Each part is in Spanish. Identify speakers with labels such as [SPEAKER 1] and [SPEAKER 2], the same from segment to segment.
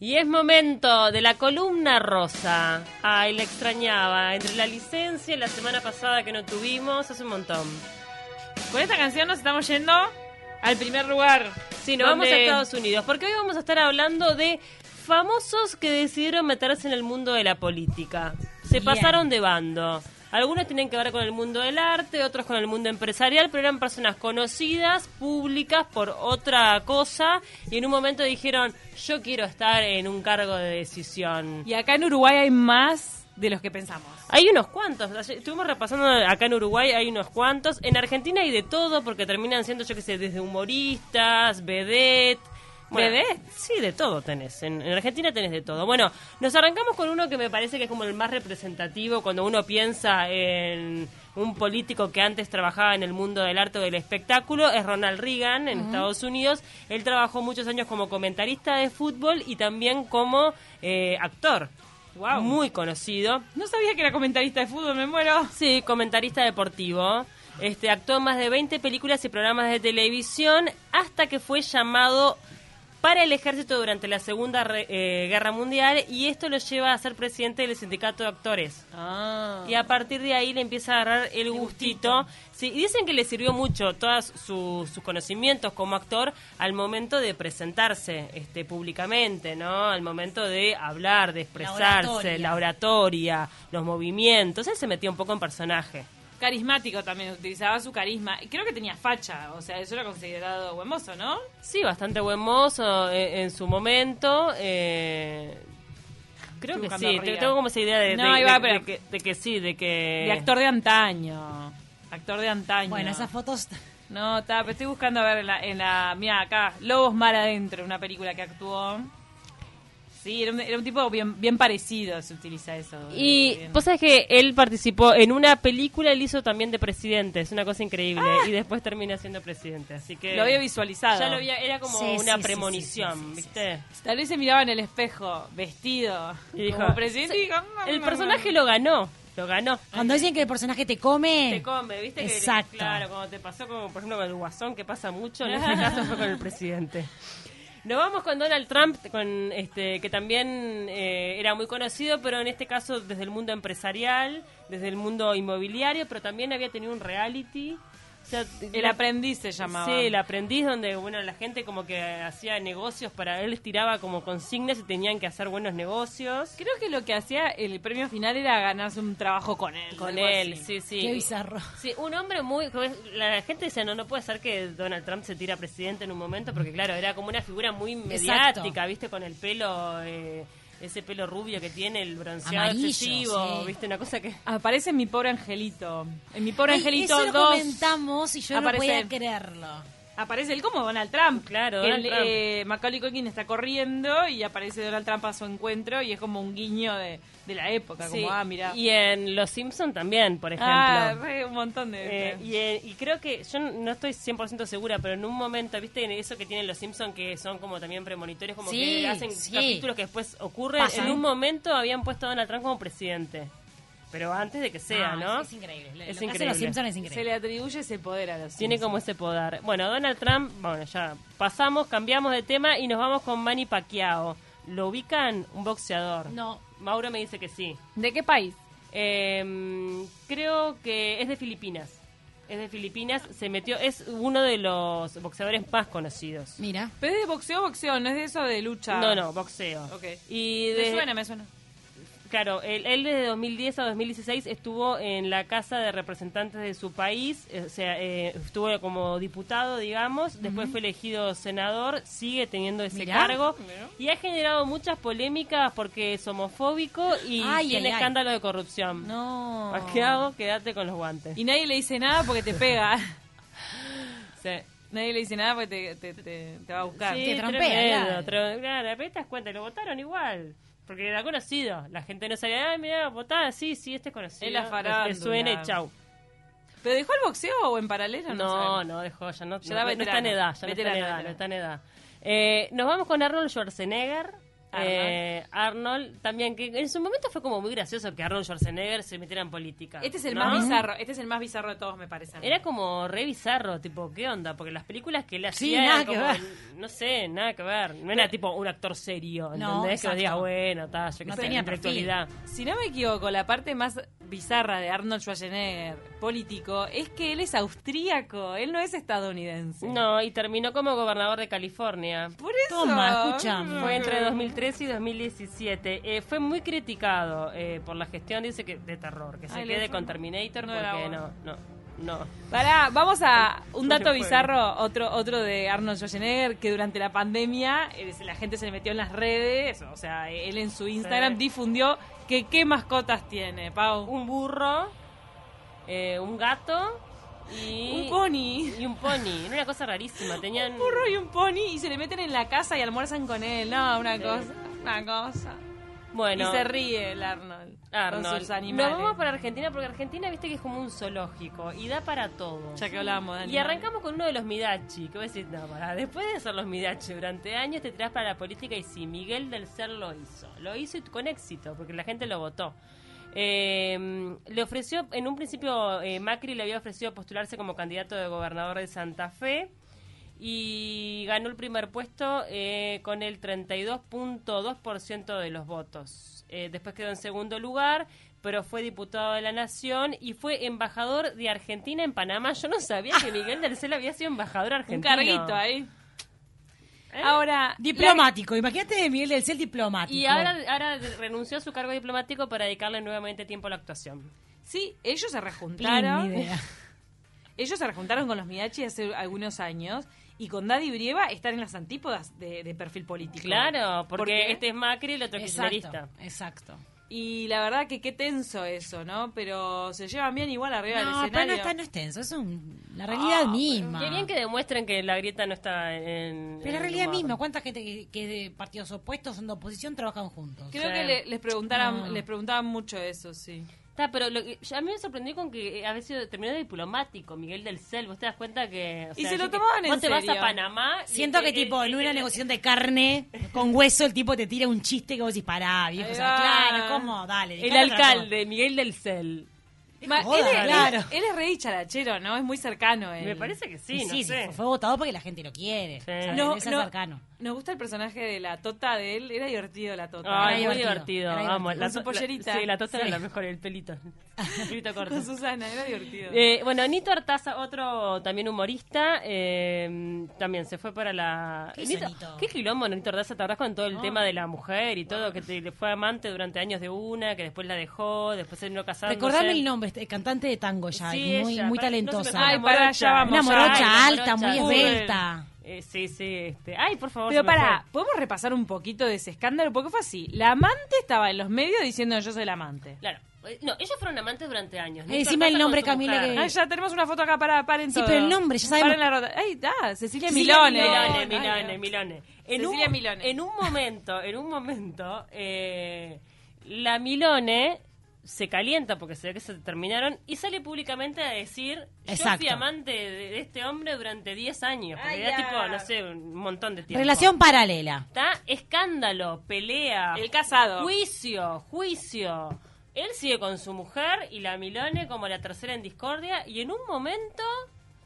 [SPEAKER 1] Y es momento de la columna rosa. Ay, la extrañaba. Entre la licencia y la semana pasada que no tuvimos, es un montón.
[SPEAKER 2] Con esta canción nos estamos yendo al primer lugar.
[SPEAKER 1] Sí, nos vamos
[SPEAKER 2] donde-
[SPEAKER 1] a Estados Unidos, porque hoy vamos a estar hablando de famosos que decidieron meterse en el mundo de la política. Se
[SPEAKER 2] Bien.
[SPEAKER 1] pasaron de bando. Algunos tienen que ver con el mundo del arte, otros con el mundo empresarial, pero eran personas conocidas, públicas, por otra cosa, y en un momento dijeron, yo quiero estar en un cargo de decisión.
[SPEAKER 2] Y acá en Uruguay hay más de los que pensamos.
[SPEAKER 1] Hay unos cuantos, ayer estuvimos repasando acá en Uruguay, hay unos cuantos. En Argentina hay de todo, porque terminan siendo, yo qué sé, desde humoristas, vedette.
[SPEAKER 2] ¿Vedette?
[SPEAKER 1] Sí, de todo tenés. En, en Argentina tenés de todo. Bueno, nos arrancamos con uno que me parece que es como el más representativo cuando uno piensa en un político que antes trabajaba en el mundo del arte o del espectáculo, es Ronald Reagan en Estados Unidos. Él trabajó muchos años como comentarista de fútbol y también como eh, actor.
[SPEAKER 2] Guau.
[SPEAKER 1] Muy conocido.
[SPEAKER 2] No sabía que era comentarista de fútbol, me muero.
[SPEAKER 1] Sí, comentarista deportivo. Este, actuó en más de 20 películas y programas de televisión hasta que fue llamado para el ejército durante la Segunda Re- eh, Guerra Mundial y esto lo lleva a ser presidente del sindicato de actores. Y a partir de ahí le empieza a agarrar el gustito. Sí, y dicen que le sirvió mucho todos sus conocimientos como actor al momento de presentarse este, públicamente, ¿no? Al momento de hablar, de expresarse,
[SPEAKER 3] oratoria.
[SPEAKER 1] la oratoria, los movimientos. Él se metió un poco en personaje.
[SPEAKER 2] Carismático también, utilizaba su carisma. Y Creo que tenía facha, o sea, eso era considerado buen mozo, ¿no?
[SPEAKER 1] Sí, bastante buen mozo eh, en, su momento. eh, creo
[SPEAKER 2] Estoy
[SPEAKER 1] que
[SPEAKER 2] buscando
[SPEAKER 1] sí,
[SPEAKER 2] a
[SPEAKER 1] te-
[SPEAKER 2] Riga.
[SPEAKER 1] tengo como esa idea de, de-
[SPEAKER 2] No, ahí
[SPEAKER 1] de-
[SPEAKER 2] va, pero-
[SPEAKER 1] de que, de que sí, de que...
[SPEAKER 2] De actor de antaño. Actor de antaño.
[SPEAKER 3] Bueno, esas fotos.
[SPEAKER 2] No, está, pero estoy buscando a ver en la. En la mira, acá, Lobos Mar Adentro, una película que actuó. Sí, era un, era un tipo bien, bien parecido, se utiliza eso.
[SPEAKER 1] Y
[SPEAKER 2] Bien.
[SPEAKER 1] vos sabés que él participó en una película, él hizo también de presidente, es una cosa increíble. Y después termina siendo presidente, así que...
[SPEAKER 2] Lo había visualizado.
[SPEAKER 1] Ya lo había, era como
[SPEAKER 3] Sí, sí,
[SPEAKER 1] una
[SPEAKER 3] sí,
[SPEAKER 1] premonición,
[SPEAKER 3] sí, sí, sí,
[SPEAKER 1] ¿viste?
[SPEAKER 2] Tal vez se miraba en el espejo, vestido.
[SPEAKER 1] Y dijo,
[SPEAKER 2] como presidente, y dijo,
[SPEAKER 1] El personaje lo ganó, lo ganó.
[SPEAKER 3] Cuando dicen que el personaje te
[SPEAKER 1] Te
[SPEAKER 3] come.
[SPEAKER 1] come, ¿viste? Que-
[SPEAKER 3] Exacto.
[SPEAKER 1] claro, cuando te pasó como, por ejemplo, con el Guasón, que pasa mucho, en este caso fue con el presidente. Nos vamos con Donald Trump, con este que también eh, era muy conocido, pero en este caso desde el mundo empresarial, desde el mundo inmobiliario, pero también había tenido un reality. O sea,
[SPEAKER 2] El aprendiz se llamaba.
[SPEAKER 1] Sí, el aprendiz donde bueno la gente como que hacía negocios para él, les tiraba como consignas y tenían que hacer buenos negocios
[SPEAKER 2] Creo que lo que hacía el premio final era ganarse un trabajo con él.
[SPEAKER 1] con
[SPEAKER 2] algo
[SPEAKER 1] él.
[SPEAKER 2] así.
[SPEAKER 1] Sí, sí.
[SPEAKER 3] Qué bizarro.
[SPEAKER 1] Sí, un hombre muy... La gente dice, no, no puede ser que Donald Trump se tira presidente en un momento, porque claro, era como una figura muy mediática,
[SPEAKER 3] Exacto.
[SPEAKER 1] viste, con el pelo, eh, ese pelo rubio que tiene, el bronceado
[SPEAKER 3] Amarillo,
[SPEAKER 1] excesivo,
[SPEAKER 3] sí.
[SPEAKER 1] viste, una cosa que...
[SPEAKER 2] Aparece en mi pobre angelito. En mi pobre
[SPEAKER 3] Ay,
[SPEAKER 2] angelito
[SPEAKER 3] eso lo
[SPEAKER 2] 2.
[SPEAKER 3] comentamos y yo
[SPEAKER 2] aparece.
[SPEAKER 3] no podía creerlo.
[SPEAKER 2] Aparece él como Donald Trump.
[SPEAKER 1] Claro,
[SPEAKER 2] El,
[SPEAKER 1] Donald Trump.
[SPEAKER 2] eh, Macaulay Culkin está corriendo y aparece Donald Trump a su encuentro y es como un guiño de, de la época. Como, ah, mira.
[SPEAKER 1] Y en Los Simpson también, por ejemplo.
[SPEAKER 2] ah, re, un montón de...
[SPEAKER 1] Eh, y, eh, y creo que yo no estoy 100% segura, pero en un momento, ¿viste? En eso que tienen los Simpsons que son como también premonitorios, como
[SPEAKER 3] Sí,
[SPEAKER 1] que hacen
[SPEAKER 3] sí.
[SPEAKER 1] capítulos que después ocurren.
[SPEAKER 3] Pasan.
[SPEAKER 1] En un momento habían puesto a Donald Trump como presidente, pero antes de que sea,
[SPEAKER 3] Ah,
[SPEAKER 1] ¿no?
[SPEAKER 3] Es, es increíble. Lo-
[SPEAKER 1] Es
[SPEAKER 3] lo que hacen los
[SPEAKER 1] increíble.
[SPEAKER 3] Simpsons es
[SPEAKER 2] se
[SPEAKER 3] increíble.
[SPEAKER 2] le atribuye ese poder a los
[SPEAKER 1] Tiene
[SPEAKER 2] Simpsons.
[SPEAKER 1] como ese poder. Bueno, Donald Trump, bueno, ya pasamos, cambiamos de tema y nos vamos con Manny Pacquiao. ¿Lo ubican? Un boxeador.
[SPEAKER 3] No.
[SPEAKER 1] Mauro me dice que sí.
[SPEAKER 2] ¿De qué país?
[SPEAKER 1] Eh, creo que es de Filipinas. Es de Filipinas, se metió, es uno de los boxeadores más conocidos.
[SPEAKER 3] Mira.
[SPEAKER 2] Pero es de boxeo, boxeo, no es de eso de
[SPEAKER 3] Ah.
[SPEAKER 2] lucha.
[SPEAKER 1] No, no, boxeo.
[SPEAKER 2] Ok.
[SPEAKER 1] Y
[SPEAKER 2] Me
[SPEAKER 1] de-
[SPEAKER 2] suena, me suena.
[SPEAKER 1] Claro, él, él desde 2010 a 2016 estuvo en la Casa de Representantes de su país, eh, o sea, eh, estuvo como diputado, digamos, después fue elegido senador, sigue teniendo ese
[SPEAKER 3] Mirá.
[SPEAKER 1] cargo y ha generado muchas polémicas porque es homofóbico y
[SPEAKER 3] Ay,
[SPEAKER 1] tiene
[SPEAKER 3] ay, ay.
[SPEAKER 1] escándalo de corrupción.
[SPEAKER 2] No.
[SPEAKER 1] Paqueado, quédate con los guantes.
[SPEAKER 2] Y nadie le dice nada porque te pega.
[SPEAKER 1] Sí.
[SPEAKER 2] nadie le dice nada porque te, te, te- te va a buscar.
[SPEAKER 1] Sí,
[SPEAKER 3] Te trampea,
[SPEAKER 1] tremendo,
[SPEAKER 3] claro.
[SPEAKER 1] tre- claro, pero te das cuenta, lo votaron igual. Porque era conocido. La gente no sabía, ay, mira, votá, sí, sí, este es conocido.
[SPEAKER 2] Es la
[SPEAKER 1] Le- Le
[SPEAKER 2] farándula.
[SPEAKER 1] suena y chau.
[SPEAKER 2] ¿Pero dejó el boxeo o en paralelo?
[SPEAKER 1] No,
[SPEAKER 2] No,
[SPEAKER 1] no, dejó, ya no,
[SPEAKER 2] Ya
[SPEAKER 1] no,
[SPEAKER 2] era
[SPEAKER 1] no está en edad,
[SPEAKER 2] veterano,
[SPEAKER 1] ya no está en
[SPEAKER 2] veterano,
[SPEAKER 1] edad,
[SPEAKER 2] veterano.
[SPEAKER 1] no está en edad. Eh, nos vamos con Arnold Schwarzenegger, Eh, Arnold también, que en su momento fue como muy gracioso que Arnold Schwarzenegger se metiera en política.
[SPEAKER 2] Este es el
[SPEAKER 1] ¿no?
[SPEAKER 2] más bizarro, este es el más bizarro de todos, me parece. a mí.
[SPEAKER 1] Era como re bizarro, tipo, ¿qué onda? Porque las películas que él
[SPEAKER 3] Sí,
[SPEAKER 1] hacía
[SPEAKER 3] nada
[SPEAKER 1] eran como,
[SPEAKER 3] que
[SPEAKER 1] no sé, nada que ver. No era tipo un actor serio,
[SPEAKER 3] No,
[SPEAKER 1] ¿entendés? que
[SPEAKER 3] exacto.
[SPEAKER 1] vos digas, bueno, ta, yo qué
[SPEAKER 3] No
[SPEAKER 1] sé,
[SPEAKER 3] tenía
[SPEAKER 1] intelectualidad.
[SPEAKER 2] Si no me equivoco, la parte más bizarra de Arnold Schwarzenegger, político, es que él es austríaco, él no es estadounidense.
[SPEAKER 1] No, y terminó como gobernador de California.
[SPEAKER 2] Por eso.
[SPEAKER 3] Toma, escucha.
[SPEAKER 1] Fue
[SPEAKER 2] Mm.
[SPEAKER 1] entre 2013 y 2017. Eh, fue muy criticado eh, por la gestión, dice que de terror, que se
[SPEAKER 2] Ay, le
[SPEAKER 1] quede
[SPEAKER 2] fue-
[SPEAKER 1] con Terminator
[SPEAKER 2] no era
[SPEAKER 1] porque no,
[SPEAKER 2] bueno.
[SPEAKER 1] no, no.
[SPEAKER 2] Pará, vamos a un dato
[SPEAKER 1] Bueno,
[SPEAKER 2] bizarro, otro, otro de Arnold Schwarzenegger, que durante la pandemia eh, la gente se le metió en las redes, o sea, él en su Instagram
[SPEAKER 1] Sí.
[SPEAKER 2] difundió que qué mascotas tiene, Pau.
[SPEAKER 1] Un burro, eh, un gato y
[SPEAKER 2] Un pony.
[SPEAKER 1] Y un pony. Era una cosa rarísima. Tenían
[SPEAKER 2] Un burro y un pony y se le meten en la casa y almuerzan con él. No, una
[SPEAKER 1] Sí.
[SPEAKER 2] cosa, una cosa.
[SPEAKER 1] bueno,
[SPEAKER 2] y se ríe el Arnold. Con sus
[SPEAKER 1] Arnold. Nos
[SPEAKER 2] animales.
[SPEAKER 1] vamos para Argentina porque Argentina viste que es como un zoológico y da para todo.
[SPEAKER 2] Ya que hablamos de
[SPEAKER 1] Y
[SPEAKER 2] animales.
[SPEAKER 1] arrancamos con uno de los Midachi, que vos decís, no, pará, después de ser los Midachi durante años te tirás para la política y sí, Miguel del Ser lo hizo. Lo hizo y con éxito, porque la gente lo votó. Eh, le ofreció, en un principio eh, Macri le había ofrecido postularse como candidato de gobernador de Santa Fe y ganó el primer puesto eh, con el 32.2% de los votos. Eh, después quedó en segundo lugar, pero fue diputado de la Nación y fue embajador de Argentina en Panamá. Yo no sabía que Miguel del Cel había sido embajador
[SPEAKER 2] Un
[SPEAKER 1] argentino. ¿Eh?
[SPEAKER 2] carguito ahí. Ahora,
[SPEAKER 3] Diplomático, imagínate Miguel del Cel diplomático.
[SPEAKER 1] Y ahora, ahora renunció a su cargo diplomático para dedicarle nuevamente tiempo a la actuación.
[SPEAKER 2] Sí, ellos se
[SPEAKER 3] Claro.
[SPEAKER 2] rejuntaron. Ellos se rejuntaron con los Midachi hace algunos años y con Daddy Brieva están en las antípodas de, de perfil político.
[SPEAKER 1] Claro, porque
[SPEAKER 2] Porque-
[SPEAKER 1] este es Macri y el otro es kirchnerista.
[SPEAKER 3] Exacto, exacto.
[SPEAKER 2] Y la verdad que qué tenso eso, ¿no? Pero se llevan bien igual arriba del
[SPEAKER 3] No, pero no
[SPEAKER 2] escenario.
[SPEAKER 3] está, no es tenso, es un- la realidad misma.
[SPEAKER 1] Ah, Qué bien que demuestren que la grieta no está en...
[SPEAKER 3] Pero
[SPEAKER 1] en
[SPEAKER 3] la
[SPEAKER 1] el
[SPEAKER 3] realidad
[SPEAKER 1] humor.
[SPEAKER 3] misma, ¿cuánta gente que, que de partidos opuestos son de oposición trabajan juntos?
[SPEAKER 2] Creo
[SPEAKER 1] Sí.
[SPEAKER 2] que le- les preguntaran,
[SPEAKER 3] No.
[SPEAKER 2] les preguntaban mucho eso, sí.
[SPEAKER 1] Está, pero lo que- a mí me sorprendió con que a veces terminó de diplomático, Miguel del Cel. ¿Vos te das cuenta que.? o
[SPEAKER 2] Y se lo
[SPEAKER 1] yo que-
[SPEAKER 2] tomaban en
[SPEAKER 1] vos te vas a
[SPEAKER 2] serio.
[SPEAKER 1] Panamá. y-
[SPEAKER 3] Siento que
[SPEAKER 1] eh,
[SPEAKER 3] tipo
[SPEAKER 1] eh,
[SPEAKER 3] en
[SPEAKER 1] eh,
[SPEAKER 3] una
[SPEAKER 1] eh,
[SPEAKER 3] negociación de carne con hueso el tipo te tira un chiste que vos decís pará, viejo,
[SPEAKER 2] Ahí
[SPEAKER 3] o sea,
[SPEAKER 2] va.
[SPEAKER 3] claro, ¿cómo? Dale.
[SPEAKER 1] El
[SPEAKER 3] dejate otra
[SPEAKER 1] alcalde, Miguel del Cel.
[SPEAKER 3] cosa.
[SPEAKER 2] Ma-
[SPEAKER 3] Joda,
[SPEAKER 2] él, es,
[SPEAKER 3] claro.
[SPEAKER 2] él es re dicharachero, ¿no? Es muy cercano él.
[SPEAKER 1] Me parece que sí,
[SPEAKER 3] Y
[SPEAKER 1] no
[SPEAKER 3] sí,
[SPEAKER 1] sé.
[SPEAKER 3] sí, fue votado porque la gente lo quiere.
[SPEAKER 1] Sí.
[SPEAKER 3] O sea,
[SPEAKER 2] No,
[SPEAKER 3] debe ser
[SPEAKER 2] no.
[SPEAKER 3] cercano.
[SPEAKER 2] Nos gusta el personaje de la tota de él. Era divertido la tota.
[SPEAKER 1] Ay,
[SPEAKER 3] Era
[SPEAKER 1] muy
[SPEAKER 3] divertido,
[SPEAKER 1] divertido.
[SPEAKER 3] era
[SPEAKER 1] Vamos,
[SPEAKER 3] divertido.
[SPEAKER 1] la
[SPEAKER 2] Con su
[SPEAKER 1] to- la-
[SPEAKER 2] pollerita.
[SPEAKER 1] Sí, la tosta
[SPEAKER 3] Sí.
[SPEAKER 1] era la mejor, el pelito. El pelito corto.
[SPEAKER 2] Con Susana, era divertido.
[SPEAKER 1] Eh, bueno, Nito Artaza, otro también humorista, eh, también se fue para la...
[SPEAKER 3] ¿Qué hizo Nito?
[SPEAKER 1] ¿Qué quilombo Nito Artaza? ¿Te acordás con todo el tema de la mujer y todo? Que te- le fue amante durante años de una, que después la dejó, después se vino casando.
[SPEAKER 3] Recordame el nombre, este, cantante de tango ya,
[SPEAKER 1] Sí,
[SPEAKER 3] muy,
[SPEAKER 1] ella,
[SPEAKER 3] muy
[SPEAKER 1] para-
[SPEAKER 3] talentosa.
[SPEAKER 1] no se me
[SPEAKER 2] Ay,
[SPEAKER 1] fue la
[SPEAKER 2] pará, ya vamos,
[SPEAKER 3] una
[SPEAKER 2] ya.
[SPEAKER 3] morocha
[SPEAKER 1] Ay,
[SPEAKER 3] alta, muy
[SPEAKER 1] morocha.
[SPEAKER 2] Uy.
[SPEAKER 3] esbelta.
[SPEAKER 1] Eh, sí, sí, este. Ay, por favor. se
[SPEAKER 2] Pero
[SPEAKER 1] me
[SPEAKER 2] para, ¿podemos repasar un poquito de ese escándalo? Porque fue así. La amante estaba en los medios diciendo yo soy la amante.
[SPEAKER 1] fue. Claro. Eh, No, ellos fueron amantes durante años.
[SPEAKER 3] Eh,
[SPEAKER 1] Néstor
[SPEAKER 3] encima el
[SPEAKER 1] Taza con
[SPEAKER 3] nombre,
[SPEAKER 1] su
[SPEAKER 3] Camila,
[SPEAKER 1] mujer.
[SPEAKER 3] que-
[SPEAKER 2] Ay, Ah, ya tenemos una foto acá para paren
[SPEAKER 3] Sí,
[SPEAKER 2] todo.
[SPEAKER 3] pero el nombre, ya sabemos.
[SPEAKER 2] Paren la rota. Ahí está, Cecilia
[SPEAKER 3] Cecilia
[SPEAKER 2] Milone.
[SPEAKER 1] Milone,
[SPEAKER 2] Ay,
[SPEAKER 1] Milone,
[SPEAKER 2] no.
[SPEAKER 1] Milone. En
[SPEAKER 2] Cecilia
[SPEAKER 1] un,
[SPEAKER 2] Milone.
[SPEAKER 1] En un momento, en un momento, eh, la Milone se calienta porque se ve que se terminaron y sale públicamente a decir yo fui
[SPEAKER 3] Exacto.
[SPEAKER 1] amante de, de este hombre durante 10 años porque
[SPEAKER 2] Ay,
[SPEAKER 1] era
[SPEAKER 2] ya.
[SPEAKER 1] tipo no sé un montón de tiempo
[SPEAKER 3] Relación paralela.
[SPEAKER 1] está escándalo pelea
[SPEAKER 2] El casado.
[SPEAKER 1] Juicio, juicio. Él sigue con su mujer y la Milone como la tercera en discordia y en un momento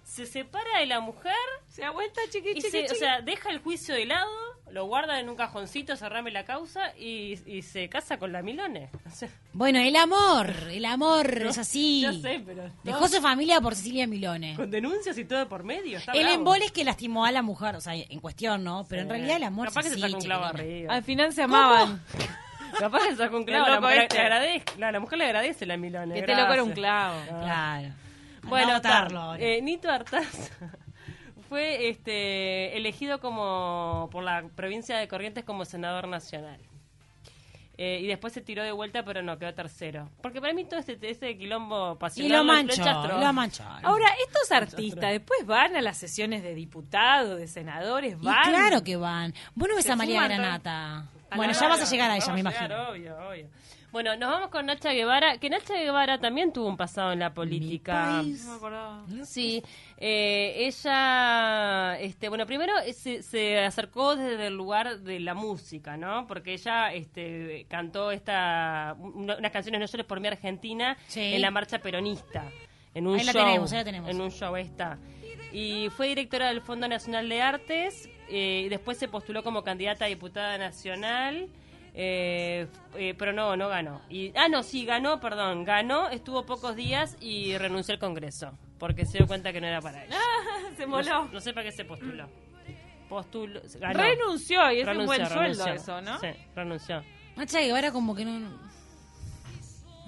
[SPEAKER 1] se separa de la mujer
[SPEAKER 2] Se ha vuelto chiqui,
[SPEAKER 1] y
[SPEAKER 2] chiqui,
[SPEAKER 1] se,
[SPEAKER 2] chiqui.
[SPEAKER 1] o sea, deja el juicio de lado, lo guardan en un cajoncito, cerrame la causa y, y se casa con la Milone. O sea,
[SPEAKER 3] Bueno, el amor, el amor es así.
[SPEAKER 1] Ya sé, pero
[SPEAKER 3] Dejó su familia por Cecilia Milone.
[SPEAKER 1] con denuncias y todo de por medio. Está
[SPEAKER 3] El
[SPEAKER 1] bravo. Eh,
[SPEAKER 3] embole es que lastimó a la mujer, o sea, en cuestión, ¿no? Pero en realidad el amor
[SPEAKER 1] Capaz
[SPEAKER 3] es
[SPEAKER 1] que se
[SPEAKER 3] así,
[SPEAKER 1] sacó un clavo
[SPEAKER 3] chiquilina.
[SPEAKER 1] arriba.
[SPEAKER 2] Al final se amaban.
[SPEAKER 1] Capaz que se sacó un clavo.
[SPEAKER 2] El
[SPEAKER 1] La
[SPEAKER 2] loco
[SPEAKER 1] mujer,
[SPEAKER 2] este.
[SPEAKER 1] le agradezco. No, la mujer le agradece a la Milone.
[SPEAKER 2] Que este loco era un
[SPEAKER 1] gracias.
[SPEAKER 2] clavo.
[SPEAKER 3] Claro.
[SPEAKER 1] Bueno,
[SPEAKER 3] Bueno,
[SPEAKER 1] ta,
[SPEAKER 3] votarlo.
[SPEAKER 1] eh, Nito Artaza fue este, elegido como por la provincia de Corrientes como senador nacional. Eh, y después se tiró de vuelta, pero no quedó tercero. Porque para mí todo este, este quilombo
[SPEAKER 3] y
[SPEAKER 1] pasional
[SPEAKER 3] lo manchó,
[SPEAKER 1] enchastro.
[SPEAKER 3] lo manchó.
[SPEAKER 2] Ahora, estos artistas después van a las sesiones de diputados, de senadores,
[SPEAKER 3] y
[SPEAKER 2] van.
[SPEAKER 3] claro que van. Vos no ves
[SPEAKER 2] Se
[SPEAKER 3] a María
[SPEAKER 2] fuman todo.
[SPEAKER 3] Granata. Bueno,
[SPEAKER 1] la
[SPEAKER 3] ya vas
[SPEAKER 1] hora.
[SPEAKER 3] a llegar a ella,
[SPEAKER 1] Vamos
[SPEAKER 3] me
[SPEAKER 1] llegar,
[SPEAKER 3] imagino.
[SPEAKER 1] obvio, obvio. Bueno, nos vamos con Nacha Guevara, que Nacha Guevara también tuvo un pasado en la política.
[SPEAKER 3] país.
[SPEAKER 2] No me acordaba.
[SPEAKER 1] Sí, eh, ella, este, bueno, primero eh, se, se acercó desde el lugar de la música, ¿no? Porque ella este, cantó esta, una- unas canciones No llores por mi Argentina
[SPEAKER 3] Sí.
[SPEAKER 1] en la marcha peronista. En un
[SPEAKER 3] Ahí la
[SPEAKER 1] show,
[SPEAKER 3] tenemos, ahí la tenemos.
[SPEAKER 1] En un show está. Y fue directora del Fondo Nacional de Artes, eh, y después se postuló como candidata a diputada nacional. eh, eh, pero no, no ganó. Y, ah, no, sí, ganó, perdón, ganó, estuvo pocos días y renunció al Congreso, porque se dio cuenta que no era para ella.
[SPEAKER 2] Ah, Se
[SPEAKER 1] No-
[SPEAKER 2] moló.
[SPEAKER 1] No, sé para qué se postuló. Postuló, ganó.
[SPEAKER 2] Renunció y es un
[SPEAKER 1] Renunció,
[SPEAKER 2] buen sueldo
[SPEAKER 1] renunció.
[SPEAKER 2] eso, ¿no?
[SPEAKER 1] Sí, renunció.
[SPEAKER 3] Nacha Guevara como que no...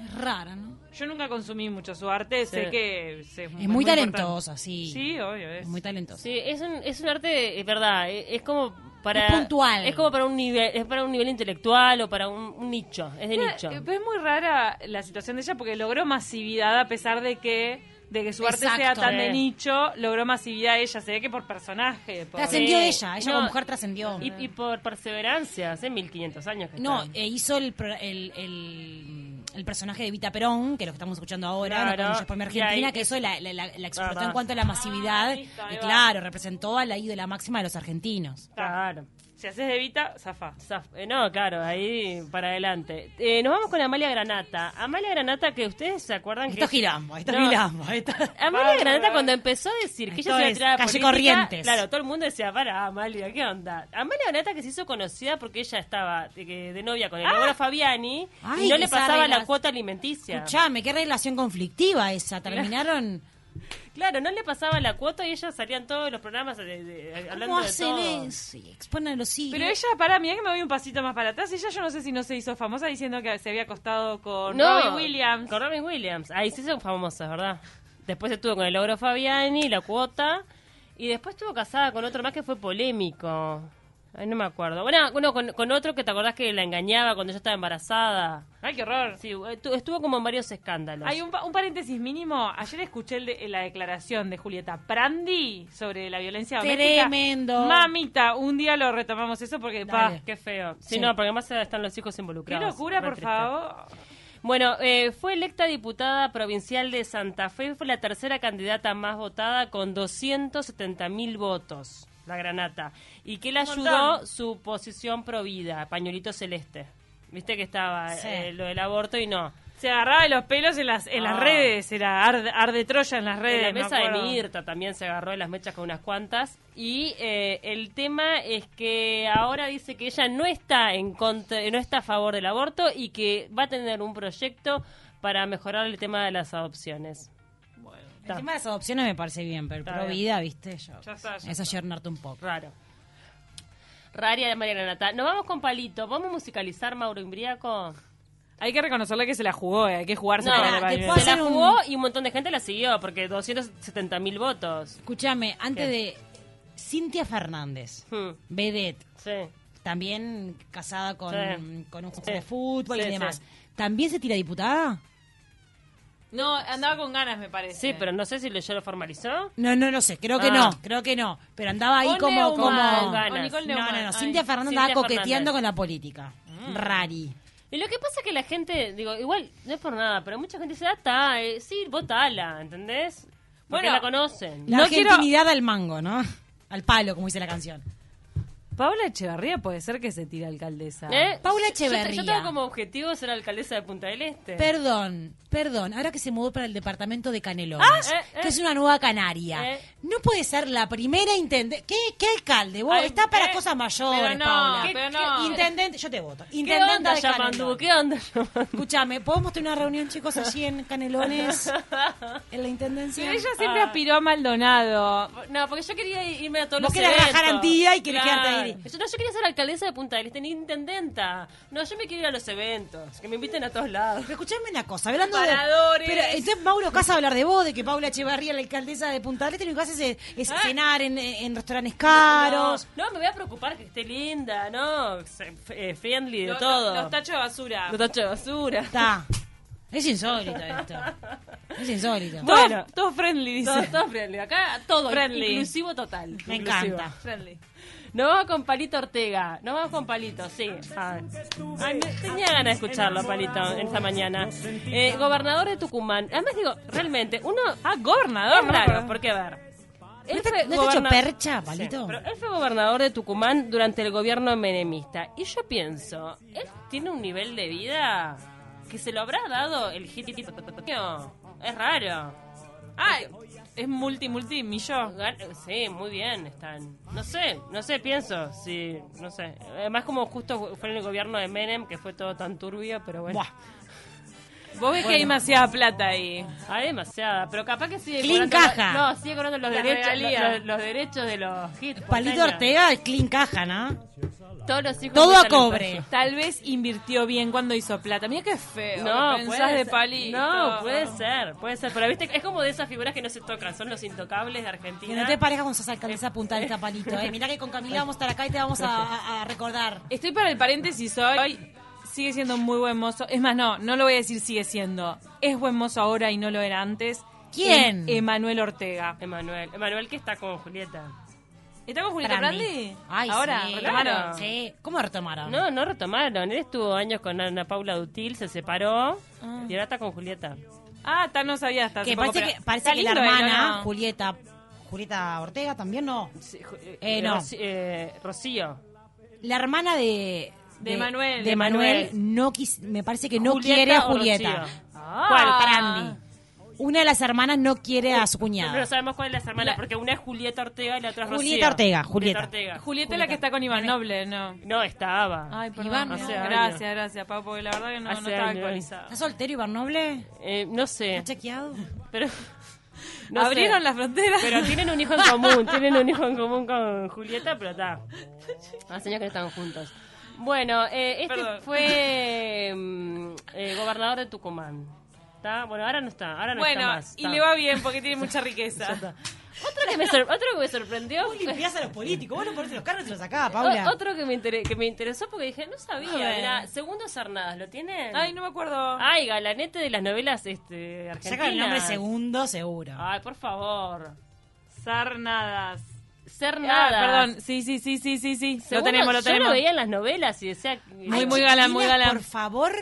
[SPEAKER 3] Es rara, ¿no?
[SPEAKER 2] Yo nunca consumí mucho su arte, sé
[SPEAKER 1] Sí.
[SPEAKER 2] que se- es,
[SPEAKER 3] Es muy
[SPEAKER 2] importante.
[SPEAKER 3] talentosa, sí.
[SPEAKER 2] Sí, obvio.
[SPEAKER 3] Es
[SPEAKER 2] Es.
[SPEAKER 3] muy talentosa.
[SPEAKER 1] Sí, es un, es un arte, es verdad, e, es, es como para...
[SPEAKER 3] Es puntual.
[SPEAKER 1] Es como para un nivel, es para un nivel intelectual o para un, un nicho, es de
[SPEAKER 2] Mira,
[SPEAKER 1] nicho.
[SPEAKER 2] eh, Es muy rara la situación de ella porque logró masividad a pesar de que de que su arte sea
[SPEAKER 3] Exacto.
[SPEAKER 2] tan
[SPEAKER 1] Sí.
[SPEAKER 2] de nicho, logró masividad ella, se ve que por personaje. por-
[SPEAKER 3] Trascendió
[SPEAKER 1] Sí.
[SPEAKER 3] ella, ella
[SPEAKER 1] No,
[SPEAKER 3] como mujer trascendió.
[SPEAKER 1] Y, y por perseverancia, hace 1500 años que
[SPEAKER 3] No,
[SPEAKER 1] está.
[SPEAKER 3] eh, hizo el, pro- el, el- el personaje de Vita Perón, que lo que estamos escuchando ahora,
[SPEAKER 1] Claro.
[SPEAKER 3] no Conozco por mi
[SPEAKER 1] Y
[SPEAKER 3] Argentina,
[SPEAKER 1] ahí-
[SPEAKER 3] que eso la, la- la- la explotó
[SPEAKER 1] Verdad.
[SPEAKER 3] en cuanto a la masividad.
[SPEAKER 2] Ah, listo, ahí
[SPEAKER 3] y
[SPEAKER 2] va.
[SPEAKER 3] claro, representó a la ídola máxima de los argentinos.
[SPEAKER 1] Claro.
[SPEAKER 2] Si haces de Vita, zafa.
[SPEAKER 1] Zaf- eh, No, claro, ahí para adelante. Eh, nos vamos con Amalia Granata. Amalia Granata, que ustedes se acuerdan
[SPEAKER 3] Esto es
[SPEAKER 1] que...
[SPEAKER 3] Girambo, esto es
[SPEAKER 1] No.
[SPEAKER 3] Girambo, esto-
[SPEAKER 1] Amalia
[SPEAKER 2] Bárbara.
[SPEAKER 1] Granata cuando empezó a decir que
[SPEAKER 3] Esto
[SPEAKER 1] ella se iba a
[SPEAKER 3] es
[SPEAKER 1] tirar a la
[SPEAKER 3] calle
[SPEAKER 1] política,
[SPEAKER 3] Corrientes.
[SPEAKER 1] Claro, todo el mundo decía, para Amalia, ¿qué onda? Amalia Granata que se hizo conocida porque ella estaba eh, de, novia con el Laura Fabiani y
[SPEAKER 3] Ah. Ay,
[SPEAKER 1] no le
[SPEAKER 3] esa
[SPEAKER 1] pasaba la
[SPEAKER 3] regla-
[SPEAKER 1] cuota alimenticia.
[SPEAKER 3] Escuchame, qué relación conflictiva esa. Terminaron.
[SPEAKER 1] Claro, no le pasaba la cuota y ella salía en todos los programas de- de- hablando
[SPEAKER 3] ¿Cómo
[SPEAKER 1] de
[SPEAKER 3] hacen
[SPEAKER 1] todo.
[SPEAKER 3] eso? Y exponen a los hijos.
[SPEAKER 2] Pero ella, para mí, que me voy un pasito más para atrás. Ella, yo no sé si no se hizo famosa diciendo que se había acostado con Robbie Williams.
[SPEAKER 1] Con Robin Williams. Ahí sí son famosas, ¿verdad? Después estuvo con el ogro Fabiani, la cuota. Y después estuvo casada con otro más que fue polémico. Ay, no me acuerdo. Bueno, bueno, con, con otro que te acordás que la engañaba cuando ella estaba embarazada.
[SPEAKER 2] Ay, qué horror.
[SPEAKER 1] Sí, estu- estuvo como en varios escándalos.
[SPEAKER 2] Hay un, pa- un paréntesis mínimo. Ayer escuché el de- la declaración de Julieta Prandi sobre la violencia doméstica.
[SPEAKER 3] Tremendo.
[SPEAKER 2] Mamita, un día lo retomamos eso porque, pa,
[SPEAKER 3] Dale.
[SPEAKER 1] Qué feo. Sí,
[SPEAKER 3] Sí.
[SPEAKER 1] no, porque además están los hijos
[SPEAKER 2] qué
[SPEAKER 1] involucrados.
[SPEAKER 2] locura,
[SPEAKER 1] Re
[SPEAKER 2] por
[SPEAKER 1] triste.
[SPEAKER 2] favor.
[SPEAKER 1] Bueno, eh, fue electa diputada provincial de Santa Fe, fue la tercera candidata más votada con 270 mil votos, la granata. ¿Y que le
[SPEAKER 2] Un
[SPEAKER 1] ayudó?
[SPEAKER 2] montón.
[SPEAKER 1] Su posición provida, pañuelito celeste. Viste que estaba
[SPEAKER 3] Sí.
[SPEAKER 1] eh, lo del aborto y no.
[SPEAKER 2] Se agarraba de los pelos en las, en las
[SPEAKER 1] Ah.
[SPEAKER 2] redes, era arde, arde Troya en las redes.
[SPEAKER 1] En la
[SPEAKER 2] me
[SPEAKER 1] mesa de
[SPEAKER 2] acuerdo.
[SPEAKER 1] Mirta también se agarró de las mechas con unas cuantas. Y eh, el tema es que ahora dice que ella no está en contra, no está a favor del aborto y que va a tener un proyecto para mejorar el tema de las adopciones.
[SPEAKER 3] El tema de las adopciones me parece bien, pero
[SPEAKER 1] Está
[SPEAKER 3] pro
[SPEAKER 1] bien.
[SPEAKER 3] vida, viste, yo.
[SPEAKER 2] Ya está, ya
[SPEAKER 3] es ayornarte un poco.
[SPEAKER 1] Raro. Raria de María Granata. Nos vamos con Palito. ¿Vamos a musicalizar Mauro Imbriaco?
[SPEAKER 2] Hay que reconocerle que se la jugó, eh, hay que jugarse
[SPEAKER 1] No,
[SPEAKER 2] para
[SPEAKER 3] te
[SPEAKER 2] el baile.
[SPEAKER 3] puedo
[SPEAKER 1] Se la
[SPEAKER 3] hacer un-
[SPEAKER 1] jugó y un montón de gente la siguió, porque 270 mil votos.
[SPEAKER 3] Escúchame, antes
[SPEAKER 1] ¿Qué?
[SPEAKER 3] de. Cintia Fernández,
[SPEAKER 1] Hmm,
[SPEAKER 3] vedette,
[SPEAKER 1] Sí.
[SPEAKER 3] también casada con,
[SPEAKER 1] Sí.
[SPEAKER 3] con un jugador
[SPEAKER 1] Sí.
[SPEAKER 3] de fútbol
[SPEAKER 1] Sí,
[SPEAKER 3] y demás.
[SPEAKER 1] sí.
[SPEAKER 3] ¿También se tira diputada?
[SPEAKER 2] No, andaba con ganas, me parece.
[SPEAKER 1] Sí, pero no sé si yo lo formalizó.
[SPEAKER 3] No, no lo sé, creo que
[SPEAKER 1] Ah.
[SPEAKER 3] no, creo que no. Pero andaba ahí
[SPEAKER 2] O
[SPEAKER 3] como.
[SPEAKER 2] Neumann,
[SPEAKER 3] como...
[SPEAKER 2] o
[SPEAKER 1] ganas.
[SPEAKER 2] Nicole
[SPEAKER 3] No, no,
[SPEAKER 2] Neumann.
[SPEAKER 3] no.
[SPEAKER 2] Ay.
[SPEAKER 3] Cintia Fernández
[SPEAKER 1] Cintia
[SPEAKER 3] andaba coqueteando
[SPEAKER 1] Fernández. Mm.
[SPEAKER 3] con la política. Rari.
[SPEAKER 1] Y lo que pasa es que la gente, digo, igual, no es por nada, pero mucha gente dice, ah, está, eh, sí, votala, ¿entendés? Porque
[SPEAKER 2] Bueno.
[SPEAKER 1] la conocen.
[SPEAKER 3] La
[SPEAKER 2] No quiero-
[SPEAKER 3] argentinidad al mango, ¿no? Al palo, como dice la canción.
[SPEAKER 2] Paula Echevarría puede ser que se tire alcaldesa.
[SPEAKER 1] ¿Eh?
[SPEAKER 3] Paula
[SPEAKER 1] Yo- yo te- Yo,
[SPEAKER 3] Echeverría.
[SPEAKER 1] tengo como objetivo ser alcaldesa de Punta del Este.
[SPEAKER 3] Perdón, perdón. Ahora que se mudó para el departamento de Canelón,
[SPEAKER 2] Ah,
[SPEAKER 1] Eh, eh.
[SPEAKER 3] que es una nueva Canaria,
[SPEAKER 1] Eh.
[SPEAKER 3] no puede ser la primera intendente. ¿Qué, qué alcalde? Vos
[SPEAKER 2] Ay,
[SPEAKER 3] está para
[SPEAKER 2] eh,
[SPEAKER 3] cosas mayores,
[SPEAKER 2] pero no,
[SPEAKER 3] Paula.
[SPEAKER 2] ¿Qué- pero no.
[SPEAKER 3] Intendente, yo te voto.
[SPEAKER 1] ¿Qué
[SPEAKER 3] Intendente
[SPEAKER 1] onda,
[SPEAKER 3] de
[SPEAKER 1] Yamandú?
[SPEAKER 3] Canelón.
[SPEAKER 1] ¿Qué onda, Yamandú?
[SPEAKER 3] Escúchame, ¿podemos tener una reunión, chicos, allí en Canelones? En la intendencia.
[SPEAKER 2] Pero ella
[SPEAKER 1] ah.
[SPEAKER 2] siempre aspiró a Maldonado.
[SPEAKER 1] No, porque yo quería irme a todos
[SPEAKER 3] Vos
[SPEAKER 1] los
[SPEAKER 3] querés
[SPEAKER 1] eventos.
[SPEAKER 3] rajar Antía y querés quedarte ahí.
[SPEAKER 1] Yo, no, yo quería ser alcaldesa de Punta del Este, ni intendenta. No, yo me quiero ir a los eventos, que me inviten a todos lados.
[SPEAKER 3] Pero escuchame una cosa, hablando de.
[SPEAKER 2] Paradores.
[SPEAKER 3] Pero entonces Mauro Casa va a hablar de vos, de que Paula Echevarría, la alcaldesa de Punta del Este, lo que hace es, es
[SPEAKER 1] Ah.
[SPEAKER 3] cenar en, en restaurantes caros.
[SPEAKER 1] No, no, me voy a preocupar que esté linda, ¿no? Se- f- eh, friendly de
[SPEAKER 2] Lo-
[SPEAKER 1] todo.
[SPEAKER 2] lo- Los tachos de basura.
[SPEAKER 1] Los tachos de basura.
[SPEAKER 3] Está. Es insólito esto. Es insólito.
[SPEAKER 1] Bueno.
[SPEAKER 2] Todo, todo friendly, dice.
[SPEAKER 1] Todo, todo friendly. Acá todo,
[SPEAKER 2] Friendly.
[SPEAKER 1] inclusivo total.
[SPEAKER 3] Me
[SPEAKER 1] Inclusivo.
[SPEAKER 3] encanta.
[SPEAKER 2] Friendly.
[SPEAKER 1] Nos vamos con Palito Ortega. Nos vamos con Palito, sí. Ah. Ay, me- tenía ganas de escucharlo, Palito, en esta mañana. Eh, gobernador de Tucumán. Además, digo, realmente, uno.
[SPEAKER 2] Ah,
[SPEAKER 1] Es
[SPEAKER 2] gobernador,
[SPEAKER 1] raro,
[SPEAKER 2] claro.
[SPEAKER 1] porque a ver. Él
[SPEAKER 3] ¿No te-
[SPEAKER 1] fue
[SPEAKER 3] no te ha hecho
[SPEAKER 1] goberna-
[SPEAKER 3] percha,
[SPEAKER 1] Sí,
[SPEAKER 3] Palito?
[SPEAKER 1] pero él fue gobernador de Tucumán durante el gobierno menemista. Y yo pienso, él tiene un nivel de vida que se lo habrá dado el hit. Es raro.
[SPEAKER 2] Ay, es multi, multi, millón.
[SPEAKER 1] Gan- Sí, muy bien están. No sé, no sé, pienso. Sí, no sé. Además, como justo fue en el gobierno de Menem, que fue todo tan turbio, pero bueno.
[SPEAKER 3] Buah.
[SPEAKER 2] Vos ves que hay demasiada plata ahí.
[SPEAKER 1] Hay demasiada, pero capaz que sigue
[SPEAKER 3] Clean
[SPEAKER 1] cobrando-
[SPEAKER 3] caja.
[SPEAKER 1] No, sigue cobrando los
[SPEAKER 2] Las
[SPEAKER 1] derechos,
[SPEAKER 2] regalías.
[SPEAKER 1] los, los derechos de los hits. por
[SPEAKER 3] Palito
[SPEAKER 1] caña.
[SPEAKER 3] Ortega es clean caja, ¿no?
[SPEAKER 1] Todos los hijos
[SPEAKER 3] Todo
[SPEAKER 1] de
[SPEAKER 3] a
[SPEAKER 1] San Antonio.
[SPEAKER 3] cobre.
[SPEAKER 2] Tal vez invirtió bien cuando hizo plata. Mira qué feo.
[SPEAKER 1] No,
[SPEAKER 2] ¿Qué
[SPEAKER 1] puede
[SPEAKER 2] pensás de
[SPEAKER 1] ser.
[SPEAKER 2] palito.
[SPEAKER 1] No, puede ser, puede ser. Pero viste, es como de esas figuras que no se tocan, son los intocables de
[SPEAKER 3] Que
[SPEAKER 1] Argentina.
[SPEAKER 3] no te pareja con esa alcaldesa puntal esta palito, eh. Mirá que con Camila vamos a estar acá y te vamos a, a- a recordar.
[SPEAKER 2] Estoy para el paréntesis hoy. Sigue siendo un muy buen mozo. Es más, no, no lo voy a decir sigue siendo. Es buen mozo ahora y no lo era antes.
[SPEAKER 3] ¿Quién?
[SPEAKER 2] E- Emanuel Ortega.
[SPEAKER 1] Emanuel, Emanuel que está con Julieta.
[SPEAKER 2] ¿Está con Julieta Brandi?
[SPEAKER 3] Ay,
[SPEAKER 2] ahora,
[SPEAKER 3] sí.
[SPEAKER 2] retomaron.
[SPEAKER 3] Sí. ¿Cómo retomaron?
[SPEAKER 1] No, no retomaron. Él estuvo años con Ana Paula Dutil, se separó y ahora está con Julieta.
[SPEAKER 2] Ah, tan no sabía hasta hace
[SPEAKER 3] que
[SPEAKER 2] poco,
[SPEAKER 3] parece
[SPEAKER 2] pero-
[SPEAKER 3] que, parece
[SPEAKER 2] Está
[SPEAKER 3] que la
[SPEAKER 2] lindo él, ¿o
[SPEAKER 3] hermana,
[SPEAKER 2] no?
[SPEAKER 3] Julieta, Julieta Ortega también no. Eh,
[SPEAKER 1] Eh,
[SPEAKER 3] no.
[SPEAKER 1] Roci- eh, Rocío.
[SPEAKER 3] La hermana de...
[SPEAKER 2] De Manuel.
[SPEAKER 3] De
[SPEAKER 2] De
[SPEAKER 3] Manuel,
[SPEAKER 1] Manuel.
[SPEAKER 3] no quis- me parece que no
[SPEAKER 1] ¿Julieta
[SPEAKER 3] quiere a
[SPEAKER 1] o
[SPEAKER 3] Julieta.
[SPEAKER 1] Rocío?
[SPEAKER 3] ¿Cuál?
[SPEAKER 2] Ah.
[SPEAKER 3] Parandi. Una de las hermanas no quiere a su
[SPEAKER 1] Pero no
[SPEAKER 3] cuñada.
[SPEAKER 1] sabemos cuál es las hermanas, porque una es Julieta Ortega y la otra es Rocío.
[SPEAKER 3] Julieta Ortega, Julieta.
[SPEAKER 1] Ortega. Ju-
[SPEAKER 2] Julieta es la que está con Iván Noble, ¿no?
[SPEAKER 1] No, estaba.
[SPEAKER 2] Ay, perdón.
[SPEAKER 3] Iván,
[SPEAKER 2] no.
[SPEAKER 1] hace años.
[SPEAKER 2] gracias, gracias, Pau, porque la verdad que no, no
[SPEAKER 1] Hace
[SPEAKER 2] estaba
[SPEAKER 1] años.
[SPEAKER 2] actualizada.
[SPEAKER 3] ¿Está soltero Iván Noble?
[SPEAKER 1] Eh, no sé,
[SPEAKER 3] ¿Está chequeado?
[SPEAKER 1] pero... no sé.
[SPEAKER 2] Abrieron las fronteras.
[SPEAKER 1] Pero tienen un hijo en común, tienen un hijo en común con Julieta, pero está. Hace años que no están juntos. Bueno, eh, este
[SPEAKER 2] Perdón.
[SPEAKER 1] fue mm, eh, gobernador de Tucumán. ¿Está? Bueno, ahora no está, ahora no está
[SPEAKER 2] bueno,
[SPEAKER 1] más.
[SPEAKER 2] y
[SPEAKER 1] está.
[SPEAKER 2] le va bien porque tiene mucha riqueza.
[SPEAKER 1] Otro que me, sor- otro que me sorprendió.
[SPEAKER 3] Vos limpiás a los políticos, vos no ponés los carros y te los sacás,
[SPEAKER 1] o-
[SPEAKER 3] Paula.
[SPEAKER 1] otro que me, inter- que me interesó porque dije, no
[SPEAKER 2] A
[SPEAKER 1] sabía,
[SPEAKER 2] ver.
[SPEAKER 1] era Segundo Cernadas, ¿lo tienen?
[SPEAKER 2] Ay, no me acuerdo.
[SPEAKER 1] Ay, galanete de las novelas este, argentinas.
[SPEAKER 3] Saca el nombre segundo, seguro.
[SPEAKER 1] Ay, por favor.
[SPEAKER 2] Sarnadas.
[SPEAKER 1] Cernadas.
[SPEAKER 2] Ah, perdón. Sí, sí, sí, sí, sí, sí. Lo
[SPEAKER 1] Segundo-
[SPEAKER 2] tenemos, lo
[SPEAKER 1] yo
[SPEAKER 2] tenemos.
[SPEAKER 1] lo veía en las novelas y decía...
[SPEAKER 2] Muy,
[SPEAKER 3] Ay,
[SPEAKER 2] muy galán, muy
[SPEAKER 3] chiquilina,
[SPEAKER 2] galán.
[SPEAKER 3] Por favor.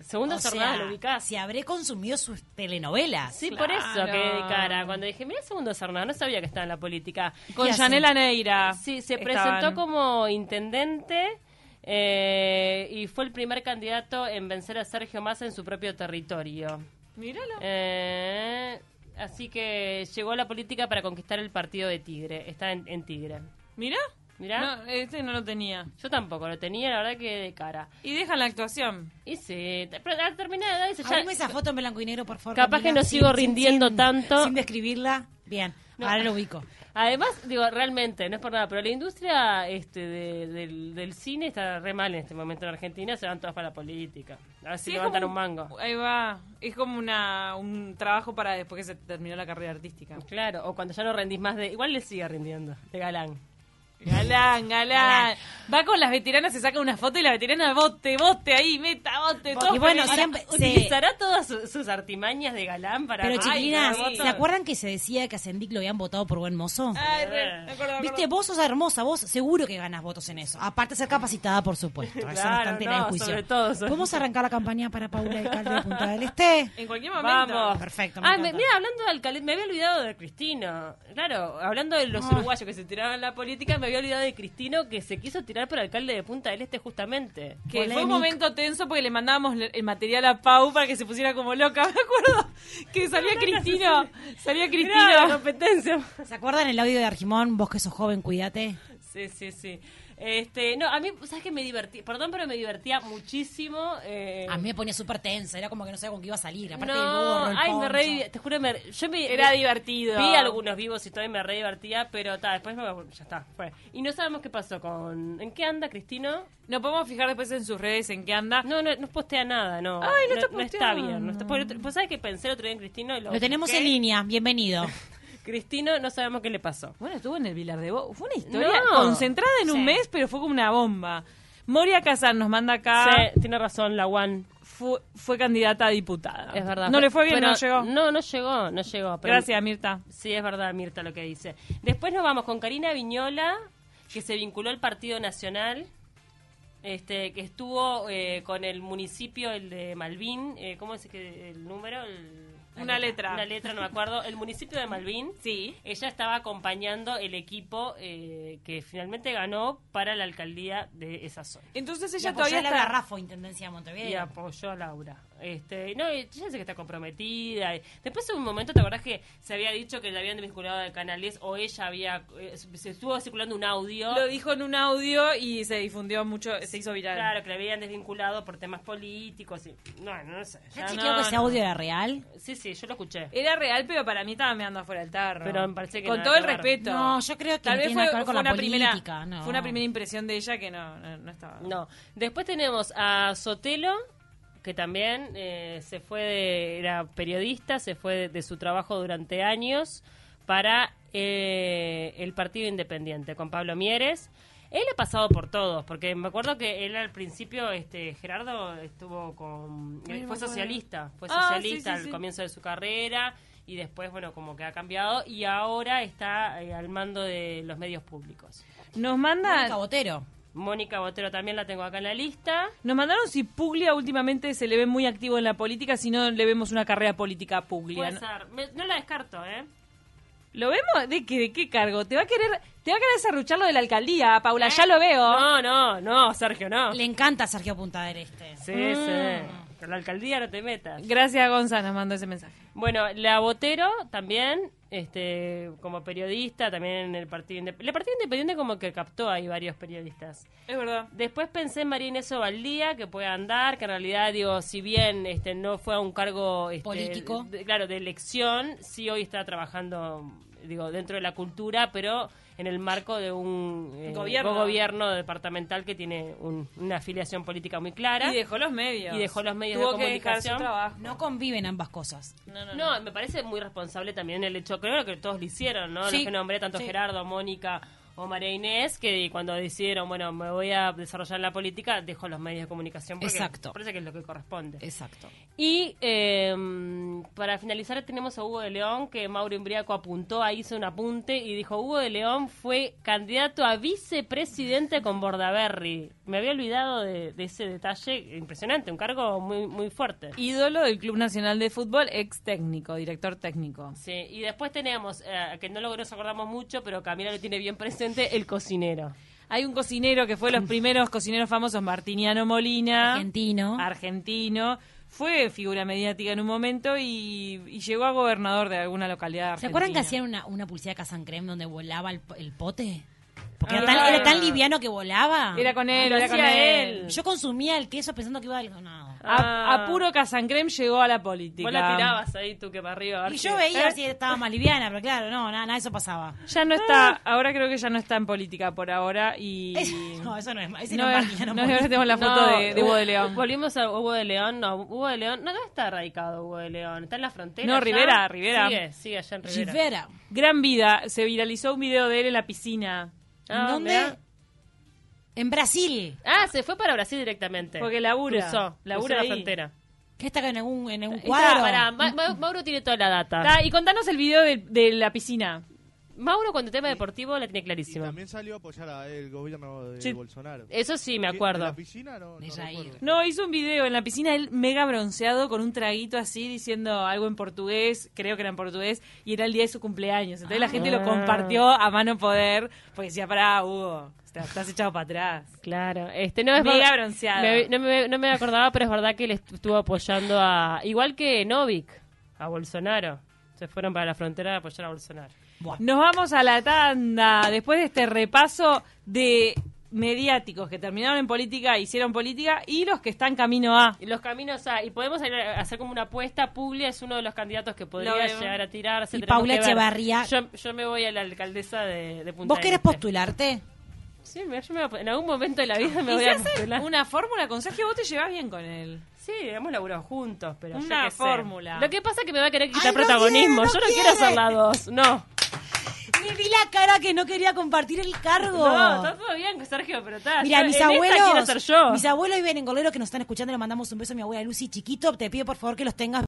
[SPEAKER 1] Segundo
[SPEAKER 3] o
[SPEAKER 1] Cernadas
[SPEAKER 3] sea,
[SPEAKER 1] lo ubicás.
[SPEAKER 3] Si habré consumido sus telenovelas.
[SPEAKER 1] Sí, por eso
[SPEAKER 2] Claro.
[SPEAKER 1] que de cara. Cuando dije, mira Segundo Cernadas, no sabía que estaba en la política.
[SPEAKER 2] Con
[SPEAKER 3] ¿Qué hacen?
[SPEAKER 2] Yanela Neira.
[SPEAKER 1] Sí, se
[SPEAKER 2] Estaban.
[SPEAKER 1] presentó como intendente eh, y fue el primer candidato en vencer a Sergio Massa en su propio territorio.
[SPEAKER 2] Míralo.
[SPEAKER 1] Eh, así que llegó a la política para conquistar el partido de Tigre. Está en, en Tigre.
[SPEAKER 2] Mirá.
[SPEAKER 1] Mirá.
[SPEAKER 2] No, este no lo tenía.
[SPEAKER 1] Yo tampoco lo tenía, la verdad que de cara.
[SPEAKER 2] Y deja la actuación.
[SPEAKER 1] Y sí, te- pero al terminar de edad dice, ya-
[SPEAKER 3] Abrime esa foto en blanco y negro, por favor.
[SPEAKER 1] Capaz que no sigo rindiendo tanto.
[SPEAKER 3] Sin describirla. Bien,
[SPEAKER 1] No.
[SPEAKER 3] ahora lo ubico.
[SPEAKER 1] Además, digo, realmente, no es por nada, pero la industria este, de- del, del cine está re mal en este momento en Argentina, se van todas para la política. A ver si
[SPEAKER 2] es
[SPEAKER 1] levantan
[SPEAKER 2] como
[SPEAKER 1] un mango.
[SPEAKER 2] Ahí va. Es como una, un trabajo para después que se terminó la carrera artística.
[SPEAKER 1] Claro, o cuando ya no rendís más de... Igual le sigue rindiendo, de galán.
[SPEAKER 2] Galán, galán. Va con las veteranas, se saca una foto y las veteranas bote, bote ahí, meta, bote, todo.
[SPEAKER 3] Y bueno,
[SPEAKER 2] feliz.
[SPEAKER 3] siempre se-
[SPEAKER 1] Utilizará todas su- sus artimañas de galán para...
[SPEAKER 3] Pero
[SPEAKER 1] Ay,
[SPEAKER 3] chiquilinas,
[SPEAKER 1] no,
[SPEAKER 2] sí.
[SPEAKER 1] voto.
[SPEAKER 3] ¿se acuerdan que se decía que a Sendic lo habían votado por buen mozo?
[SPEAKER 2] Ay, re, me acuerdo, me
[SPEAKER 3] Viste,
[SPEAKER 2] acuerdo.
[SPEAKER 3] vos sos hermosa, vos seguro que ganas votos en eso. Aparte de ser capacitada, por supuesto. Eso no está
[SPEAKER 1] Claro,
[SPEAKER 3] en tela de
[SPEAKER 1] no,
[SPEAKER 3] juicio.
[SPEAKER 1] sobre todo, sobre
[SPEAKER 3] ¿Podemos arrancar la campaña para Paula Alcalde de Punta del Este?
[SPEAKER 2] En cualquier momento.
[SPEAKER 1] Vamos.
[SPEAKER 3] Perfecto, me
[SPEAKER 1] Ah, me-
[SPEAKER 3] encanta.
[SPEAKER 1] mira, hablando de alcalde, me había olvidado de Cristino. Claro, hablando de
[SPEAKER 2] Ah.
[SPEAKER 1] los uruguayos que se tiraban la política, me había olvidado de Cristino que se quiso tirar por alcalde de Punta del Este justamente.
[SPEAKER 2] Que fue
[SPEAKER 3] Polémico.
[SPEAKER 2] un momento tenso porque le mandábamos le- el material a Pau para que se pusiera como loca, me acuerdo. Que salía Cristino, salía
[SPEAKER 1] Mirá, la
[SPEAKER 2] Cristino.
[SPEAKER 1] competencia.
[SPEAKER 3] ¿Se acuerdan el audio de Argimón? Vos que sos joven, cuídate.
[SPEAKER 1] Sí, sí, sí. Este, no, a mí, ¿sabes que Me divertí, perdón, pero me divertía muchísimo. eh,
[SPEAKER 3] A mí me ponía súper tensa, era como que no sabía con qué iba a salir. Aparte del
[SPEAKER 1] no,
[SPEAKER 3] gorro, el
[SPEAKER 1] ay, me re,
[SPEAKER 3] poncho.
[SPEAKER 1] divi- te juro, me, yo me,
[SPEAKER 2] Era
[SPEAKER 1] me-
[SPEAKER 2] divertido.
[SPEAKER 1] Vi algunos vivos y todavía me re divertía, pero ta, después me, ya está, fue. Y no sabemos qué pasó con... ¿En qué anda, Cristino?
[SPEAKER 2] Nos podemos fijar después en sus redes en qué anda.
[SPEAKER 1] No, no, no postea nada, no.
[SPEAKER 2] Ay, no está
[SPEAKER 1] está
[SPEAKER 2] posteando.
[SPEAKER 1] bien. No está, porque el otro- pues sabes que pensé el otro día en Cristino y lo,
[SPEAKER 3] Lo tenemos
[SPEAKER 1] busqué.
[SPEAKER 3] en línea, bienvenido.
[SPEAKER 1] Cristino, no sabemos qué le pasó.
[SPEAKER 2] Bueno, estuvo en el Vilar de Bo. Fue una historia
[SPEAKER 1] No.
[SPEAKER 2] concentrada en
[SPEAKER 3] Sí.
[SPEAKER 2] un mes, pero fue como una bomba. Moria Casar nos manda acá.
[SPEAKER 1] Sí, tiene razón, la One.
[SPEAKER 2] Fue, fue candidata a diputada.
[SPEAKER 1] Es verdad.
[SPEAKER 2] No le fue bien,
[SPEAKER 1] Pero-
[SPEAKER 2] no llegó.
[SPEAKER 1] No, no llegó, no llegó. pero-
[SPEAKER 2] Gracias, Mirta.
[SPEAKER 1] Sí, es verdad, Mirta, lo que dice. Después nos vamos con Karina Viñola. que se vinculó al Partido Nacional, este, que estuvo eh, con el municipio, el de Malvin, eh, ¿cómo es que el número? El-
[SPEAKER 2] Una letra.
[SPEAKER 1] Una letra, no me acuerdo. El municipio de Malvin.
[SPEAKER 2] Sí.
[SPEAKER 1] Ella estaba acompañando el equipo eh, que finalmente ganó para la alcaldía de esa zona.
[SPEAKER 2] Entonces
[SPEAKER 3] Ella
[SPEAKER 2] ella
[SPEAKER 3] todavía
[SPEAKER 2] todavía
[SPEAKER 3] la
[SPEAKER 2] está...
[SPEAKER 3] Garrafo, Intendencia de Montevideo.
[SPEAKER 1] Y apoyó a Laura. Este, no, y ella dice que está comprometida. Y Después en un momento, ¿te acordás que se había dicho que la habían desvinculado del Canal 10 o ella había... eh, se estuvo circulando un audio.
[SPEAKER 2] Lo dijo en un audio y se difundió mucho, se hizo viral.
[SPEAKER 1] Claro, que la habían desvinculado por temas políticos. Y, no, no sé. ya
[SPEAKER 3] ¿Ya chequeó
[SPEAKER 1] no-
[SPEAKER 3] que ese
[SPEAKER 2] no.
[SPEAKER 3] audio era real?
[SPEAKER 1] sí, sí, yo lo escuché.
[SPEAKER 2] Era real, pero para mí estaba meando afuera del tarro.
[SPEAKER 1] Pero me parece que
[SPEAKER 2] Con
[SPEAKER 1] nada
[SPEAKER 2] todo el
[SPEAKER 1] que ver.
[SPEAKER 2] respeto.
[SPEAKER 3] No, yo creo que
[SPEAKER 2] Tal
[SPEAKER 3] no
[SPEAKER 2] vez
[SPEAKER 3] tiene
[SPEAKER 2] fue,
[SPEAKER 3] nada que ver con
[SPEAKER 2] fue
[SPEAKER 3] la
[SPEAKER 2] una primera,
[SPEAKER 3] política, no.
[SPEAKER 2] fue una primera impresión de ella que no, no, no estaba.
[SPEAKER 1] No. Después tenemos a Sotelo, que también eh, se fue, de, era periodista, se fue de, de su trabajo durante años para eh, el Partido Independiente con Pablo Mieres. Él ha pasado por todos, porque me acuerdo que él al principio, este Gerardo, estuvo con... eh,
[SPEAKER 2] Ay, no me
[SPEAKER 1] fue
[SPEAKER 2] acuerdo.
[SPEAKER 1] socialista, fue
[SPEAKER 2] Ah,
[SPEAKER 1] socialista
[SPEAKER 2] sí, sí,
[SPEAKER 1] al
[SPEAKER 2] sí.
[SPEAKER 1] comienzo de su carrera y después, bueno, como que ha cambiado y ahora está eh, al mando de los medios públicos.
[SPEAKER 2] Nos
[SPEAKER 3] Mónica
[SPEAKER 2] manda,
[SPEAKER 3] Botero.
[SPEAKER 1] Mónica Botero también la tengo acá en la lista.
[SPEAKER 2] nos mandaron si Puglia últimamente se le ve muy activo en la política, si no le vemos una carrera política a Puglia.
[SPEAKER 1] Puede
[SPEAKER 3] Pues
[SPEAKER 2] ¿no?
[SPEAKER 1] ser. Me- no la descarto, ¿eh?
[SPEAKER 2] ¿Lo vemos? ¿De qué, de qué cargo? ¿Te va a querer, te va a querer serruchar lo de la alcaldía,
[SPEAKER 3] Eh,
[SPEAKER 2] Paula? Ya lo veo.
[SPEAKER 1] No, no, no, Sergio, no.
[SPEAKER 2] Ah.
[SPEAKER 3] Le encanta Sergio Punta del Este.
[SPEAKER 1] Sí, sí. Con la alcaldía no te metas.
[SPEAKER 2] Gracias, Gonza, nos mandó ese mensaje.
[SPEAKER 1] Bueno, la Botero también, este, como periodista, también en el Partido Independiente. El Partido Independiente como que captó ahí varios periodistas.
[SPEAKER 2] Es verdad.
[SPEAKER 1] Después pensé en María Inés Ovaldía, que puede andar, que en realidad, digo, si bien este no fue a un cargo este,
[SPEAKER 3] Político.
[SPEAKER 1] de- claro, de elección, sí hoy está trabajando, digo, dentro de la cultura, pero en el marco de un eh,
[SPEAKER 2] Gobierno.
[SPEAKER 1] gobierno departamental que tiene un- una afiliación política muy clara.
[SPEAKER 2] Y dejó los medios.
[SPEAKER 1] Y dejó los medios
[SPEAKER 2] Tuvo
[SPEAKER 1] de
[SPEAKER 2] que dejar su
[SPEAKER 1] comunicación.
[SPEAKER 2] trabajo.
[SPEAKER 3] No conviven ambas cosas.
[SPEAKER 2] No, no, no.
[SPEAKER 1] No, me parece muy responsable también el hecho, creo que todos lo hicieron, ¿no?
[SPEAKER 3] Sí.
[SPEAKER 1] Los que nombré, tanto
[SPEAKER 3] Sí.
[SPEAKER 1] Gerardo, Mónica o María Inés, que cuando decidieron, bueno, me voy a desarrollar en la política, dejo los medios de comunicación. Porque
[SPEAKER 3] Exacto.
[SPEAKER 1] me Parece que es lo que corresponde.
[SPEAKER 3] Exacto.
[SPEAKER 1] Y eh, para finalizar tenemos a Hugo de León, que Mauro Imbriaco apuntó, ahí hizo un apunte y dijo, Hugo de León fue candidato a vicepresidente con Bordaberry. Me había olvidado de, de ese detalle impresionante, un cargo muy, muy fuerte.
[SPEAKER 2] Ídolo del Club Nacional de Fútbol, ex técnico, director técnico.
[SPEAKER 1] Sí, y después tenemos, eh, que no lo nos acordamos mucho, pero Camila lo tiene bien presente, el cocinero.
[SPEAKER 2] Hay un cocinero que fue de los primeros cocineros famosos, Martiniano Molina.
[SPEAKER 3] Argentino.
[SPEAKER 2] Argentino. Fue figura mediática en un momento y, y llegó a gobernador de alguna localidad
[SPEAKER 3] ¿Se
[SPEAKER 2] argentina.
[SPEAKER 3] acuerdan que hacían una, una publicidad Casan Creme donde volaba el, po- el pote? Porque era
[SPEAKER 2] Ah,
[SPEAKER 3] tan,
[SPEAKER 2] claro.
[SPEAKER 3] era tan liviano que volaba. Ah,
[SPEAKER 2] Era con él,
[SPEAKER 1] Lo
[SPEAKER 2] era con
[SPEAKER 1] hacía
[SPEAKER 2] él.
[SPEAKER 1] él.
[SPEAKER 3] Yo consumía el queso pensando que iba al... No.
[SPEAKER 2] A,
[SPEAKER 3] Ah.
[SPEAKER 2] a puro Casancrem llegó a la política.
[SPEAKER 1] Vos la tirabas ahí tú que para arriba. a ver
[SPEAKER 3] Y
[SPEAKER 1] si-
[SPEAKER 3] yo veía a ver si estaba más liviana, pero claro, no, nada, nada de eso pasaba.
[SPEAKER 2] Ya no está, ahora creo que ya no está en política por ahora y...
[SPEAKER 3] Ah. Es- no, eso no es ese
[SPEAKER 2] no,
[SPEAKER 3] no, es
[SPEAKER 2] no,
[SPEAKER 3] Martiniano
[SPEAKER 2] ahora
[SPEAKER 3] Molina.
[SPEAKER 2] tenemos la foto
[SPEAKER 1] No,
[SPEAKER 2] de, de Hugo de León.
[SPEAKER 1] Volvimos a Hugo de León. No, Hugo de León. No, no está radicado Hugo de León. Está en la frontera.
[SPEAKER 2] No,
[SPEAKER 1] ya.
[SPEAKER 2] Rivera, Rivera.
[SPEAKER 1] Sigue, sigue allá en Rivera.
[SPEAKER 3] Rivera.
[SPEAKER 2] Gran vida, se viralizó un video de él en la piscina.
[SPEAKER 1] Ah,
[SPEAKER 3] ¿En dónde?
[SPEAKER 1] mirá.
[SPEAKER 3] En Brasil.
[SPEAKER 1] Ah, se fue para Brasil directamente.
[SPEAKER 2] Porque labura,
[SPEAKER 1] Cruzó,
[SPEAKER 2] labura
[SPEAKER 1] cruzó
[SPEAKER 2] ahí.
[SPEAKER 1] la frontera.
[SPEAKER 3] ¿Qué está acá en algún, en algún
[SPEAKER 1] Está,
[SPEAKER 3] cuadro?
[SPEAKER 1] pará, Ma- Ma- Mauro tiene toda la data.
[SPEAKER 2] Ta, y contanos el video de, de la piscina.
[SPEAKER 1] Mauro, cuando tema deportivo, la tiene
[SPEAKER 4] Y
[SPEAKER 1] clarísima.
[SPEAKER 4] también salió pues a apoyar al gobierno de
[SPEAKER 2] Sí.
[SPEAKER 4] Bolsonaro.
[SPEAKER 1] Eso sí, me
[SPEAKER 4] ¿Qué? ¿De
[SPEAKER 1] acuerdo.
[SPEAKER 4] la piscina? No,
[SPEAKER 3] De
[SPEAKER 4] no
[SPEAKER 3] Jair.
[SPEAKER 4] recuerdo.
[SPEAKER 2] No, hizo un video en la piscina, él mega bronceado, con un traguito así, diciendo algo en portugués, creo que era en portugués, y era el día de su cumpleaños. Entonces la gente lo
[SPEAKER 1] Ah.
[SPEAKER 2] compartió a mano poder, porque decía, pará, Hugo, te estás echado para atrás.
[SPEAKER 1] Claro, este no es
[SPEAKER 2] Mega
[SPEAKER 1] verdad-
[SPEAKER 2] bronceado.
[SPEAKER 1] me- no, me, no me acordaba, pero es verdad que él estuvo apoyando a. Igual que Novik, a Bolsonaro. Se fueron para la frontera a apoyar a Bolsonaro.
[SPEAKER 3] Buah.
[SPEAKER 2] Nos vamos a la tanda. Después de este repaso de mediáticos que terminaron en política, hicieron política, y los que están camino a.
[SPEAKER 1] Y Los caminos a. Y podemos salir a- hacer como una apuesta. Puglia es uno de los candidatos que podría
[SPEAKER 2] Lo veo.
[SPEAKER 1] llegar a tirarse.
[SPEAKER 3] Y
[SPEAKER 1] tenemos
[SPEAKER 3] Paula
[SPEAKER 1] que ver.
[SPEAKER 3] Echevarría.
[SPEAKER 1] Yo, yo me voy a la alcaldesa de, de Punta
[SPEAKER 3] ¿Vos querés
[SPEAKER 1] del Este.
[SPEAKER 3] postularte?
[SPEAKER 1] Sí, me- yo me voy a- en algún momento de la vida me
[SPEAKER 2] Y
[SPEAKER 1] voy
[SPEAKER 2] se
[SPEAKER 1] a
[SPEAKER 2] hace
[SPEAKER 1] postular.
[SPEAKER 2] una fórmula con Sergio, vos te llevás bien con él.
[SPEAKER 1] Sí, hemos laburado juntos, pero yo
[SPEAKER 2] Una
[SPEAKER 1] qué sé.
[SPEAKER 2] fórmula.
[SPEAKER 1] Lo que pasa es que me va a querer quitar
[SPEAKER 3] Ay, no
[SPEAKER 1] protagonismo.
[SPEAKER 3] quiere, no
[SPEAKER 1] yo no quiero
[SPEAKER 3] quiere.
[SPEAKER 1] hacer la dos. No.
[SPEAKER 3] Me vi la cara que no quería compartir el cargo.
[SPEAKER 1] No, está todo bien, Sergio, pero está.
[SPEAKER 3] Mira,
[SPEAKER 1] yo-
[SPEAKER 3] Oh. mis
[SPEAKER 1] en esta
[SPEAKER 3] abuelos,
[SPEAKER 1] quiero ser yo.
[SPEAKER 3] mis abuelos viven en Colero que nos están escuchando, le mandamos un beso a mi abuela Lucy Chiquito, te pido por favor que los tengas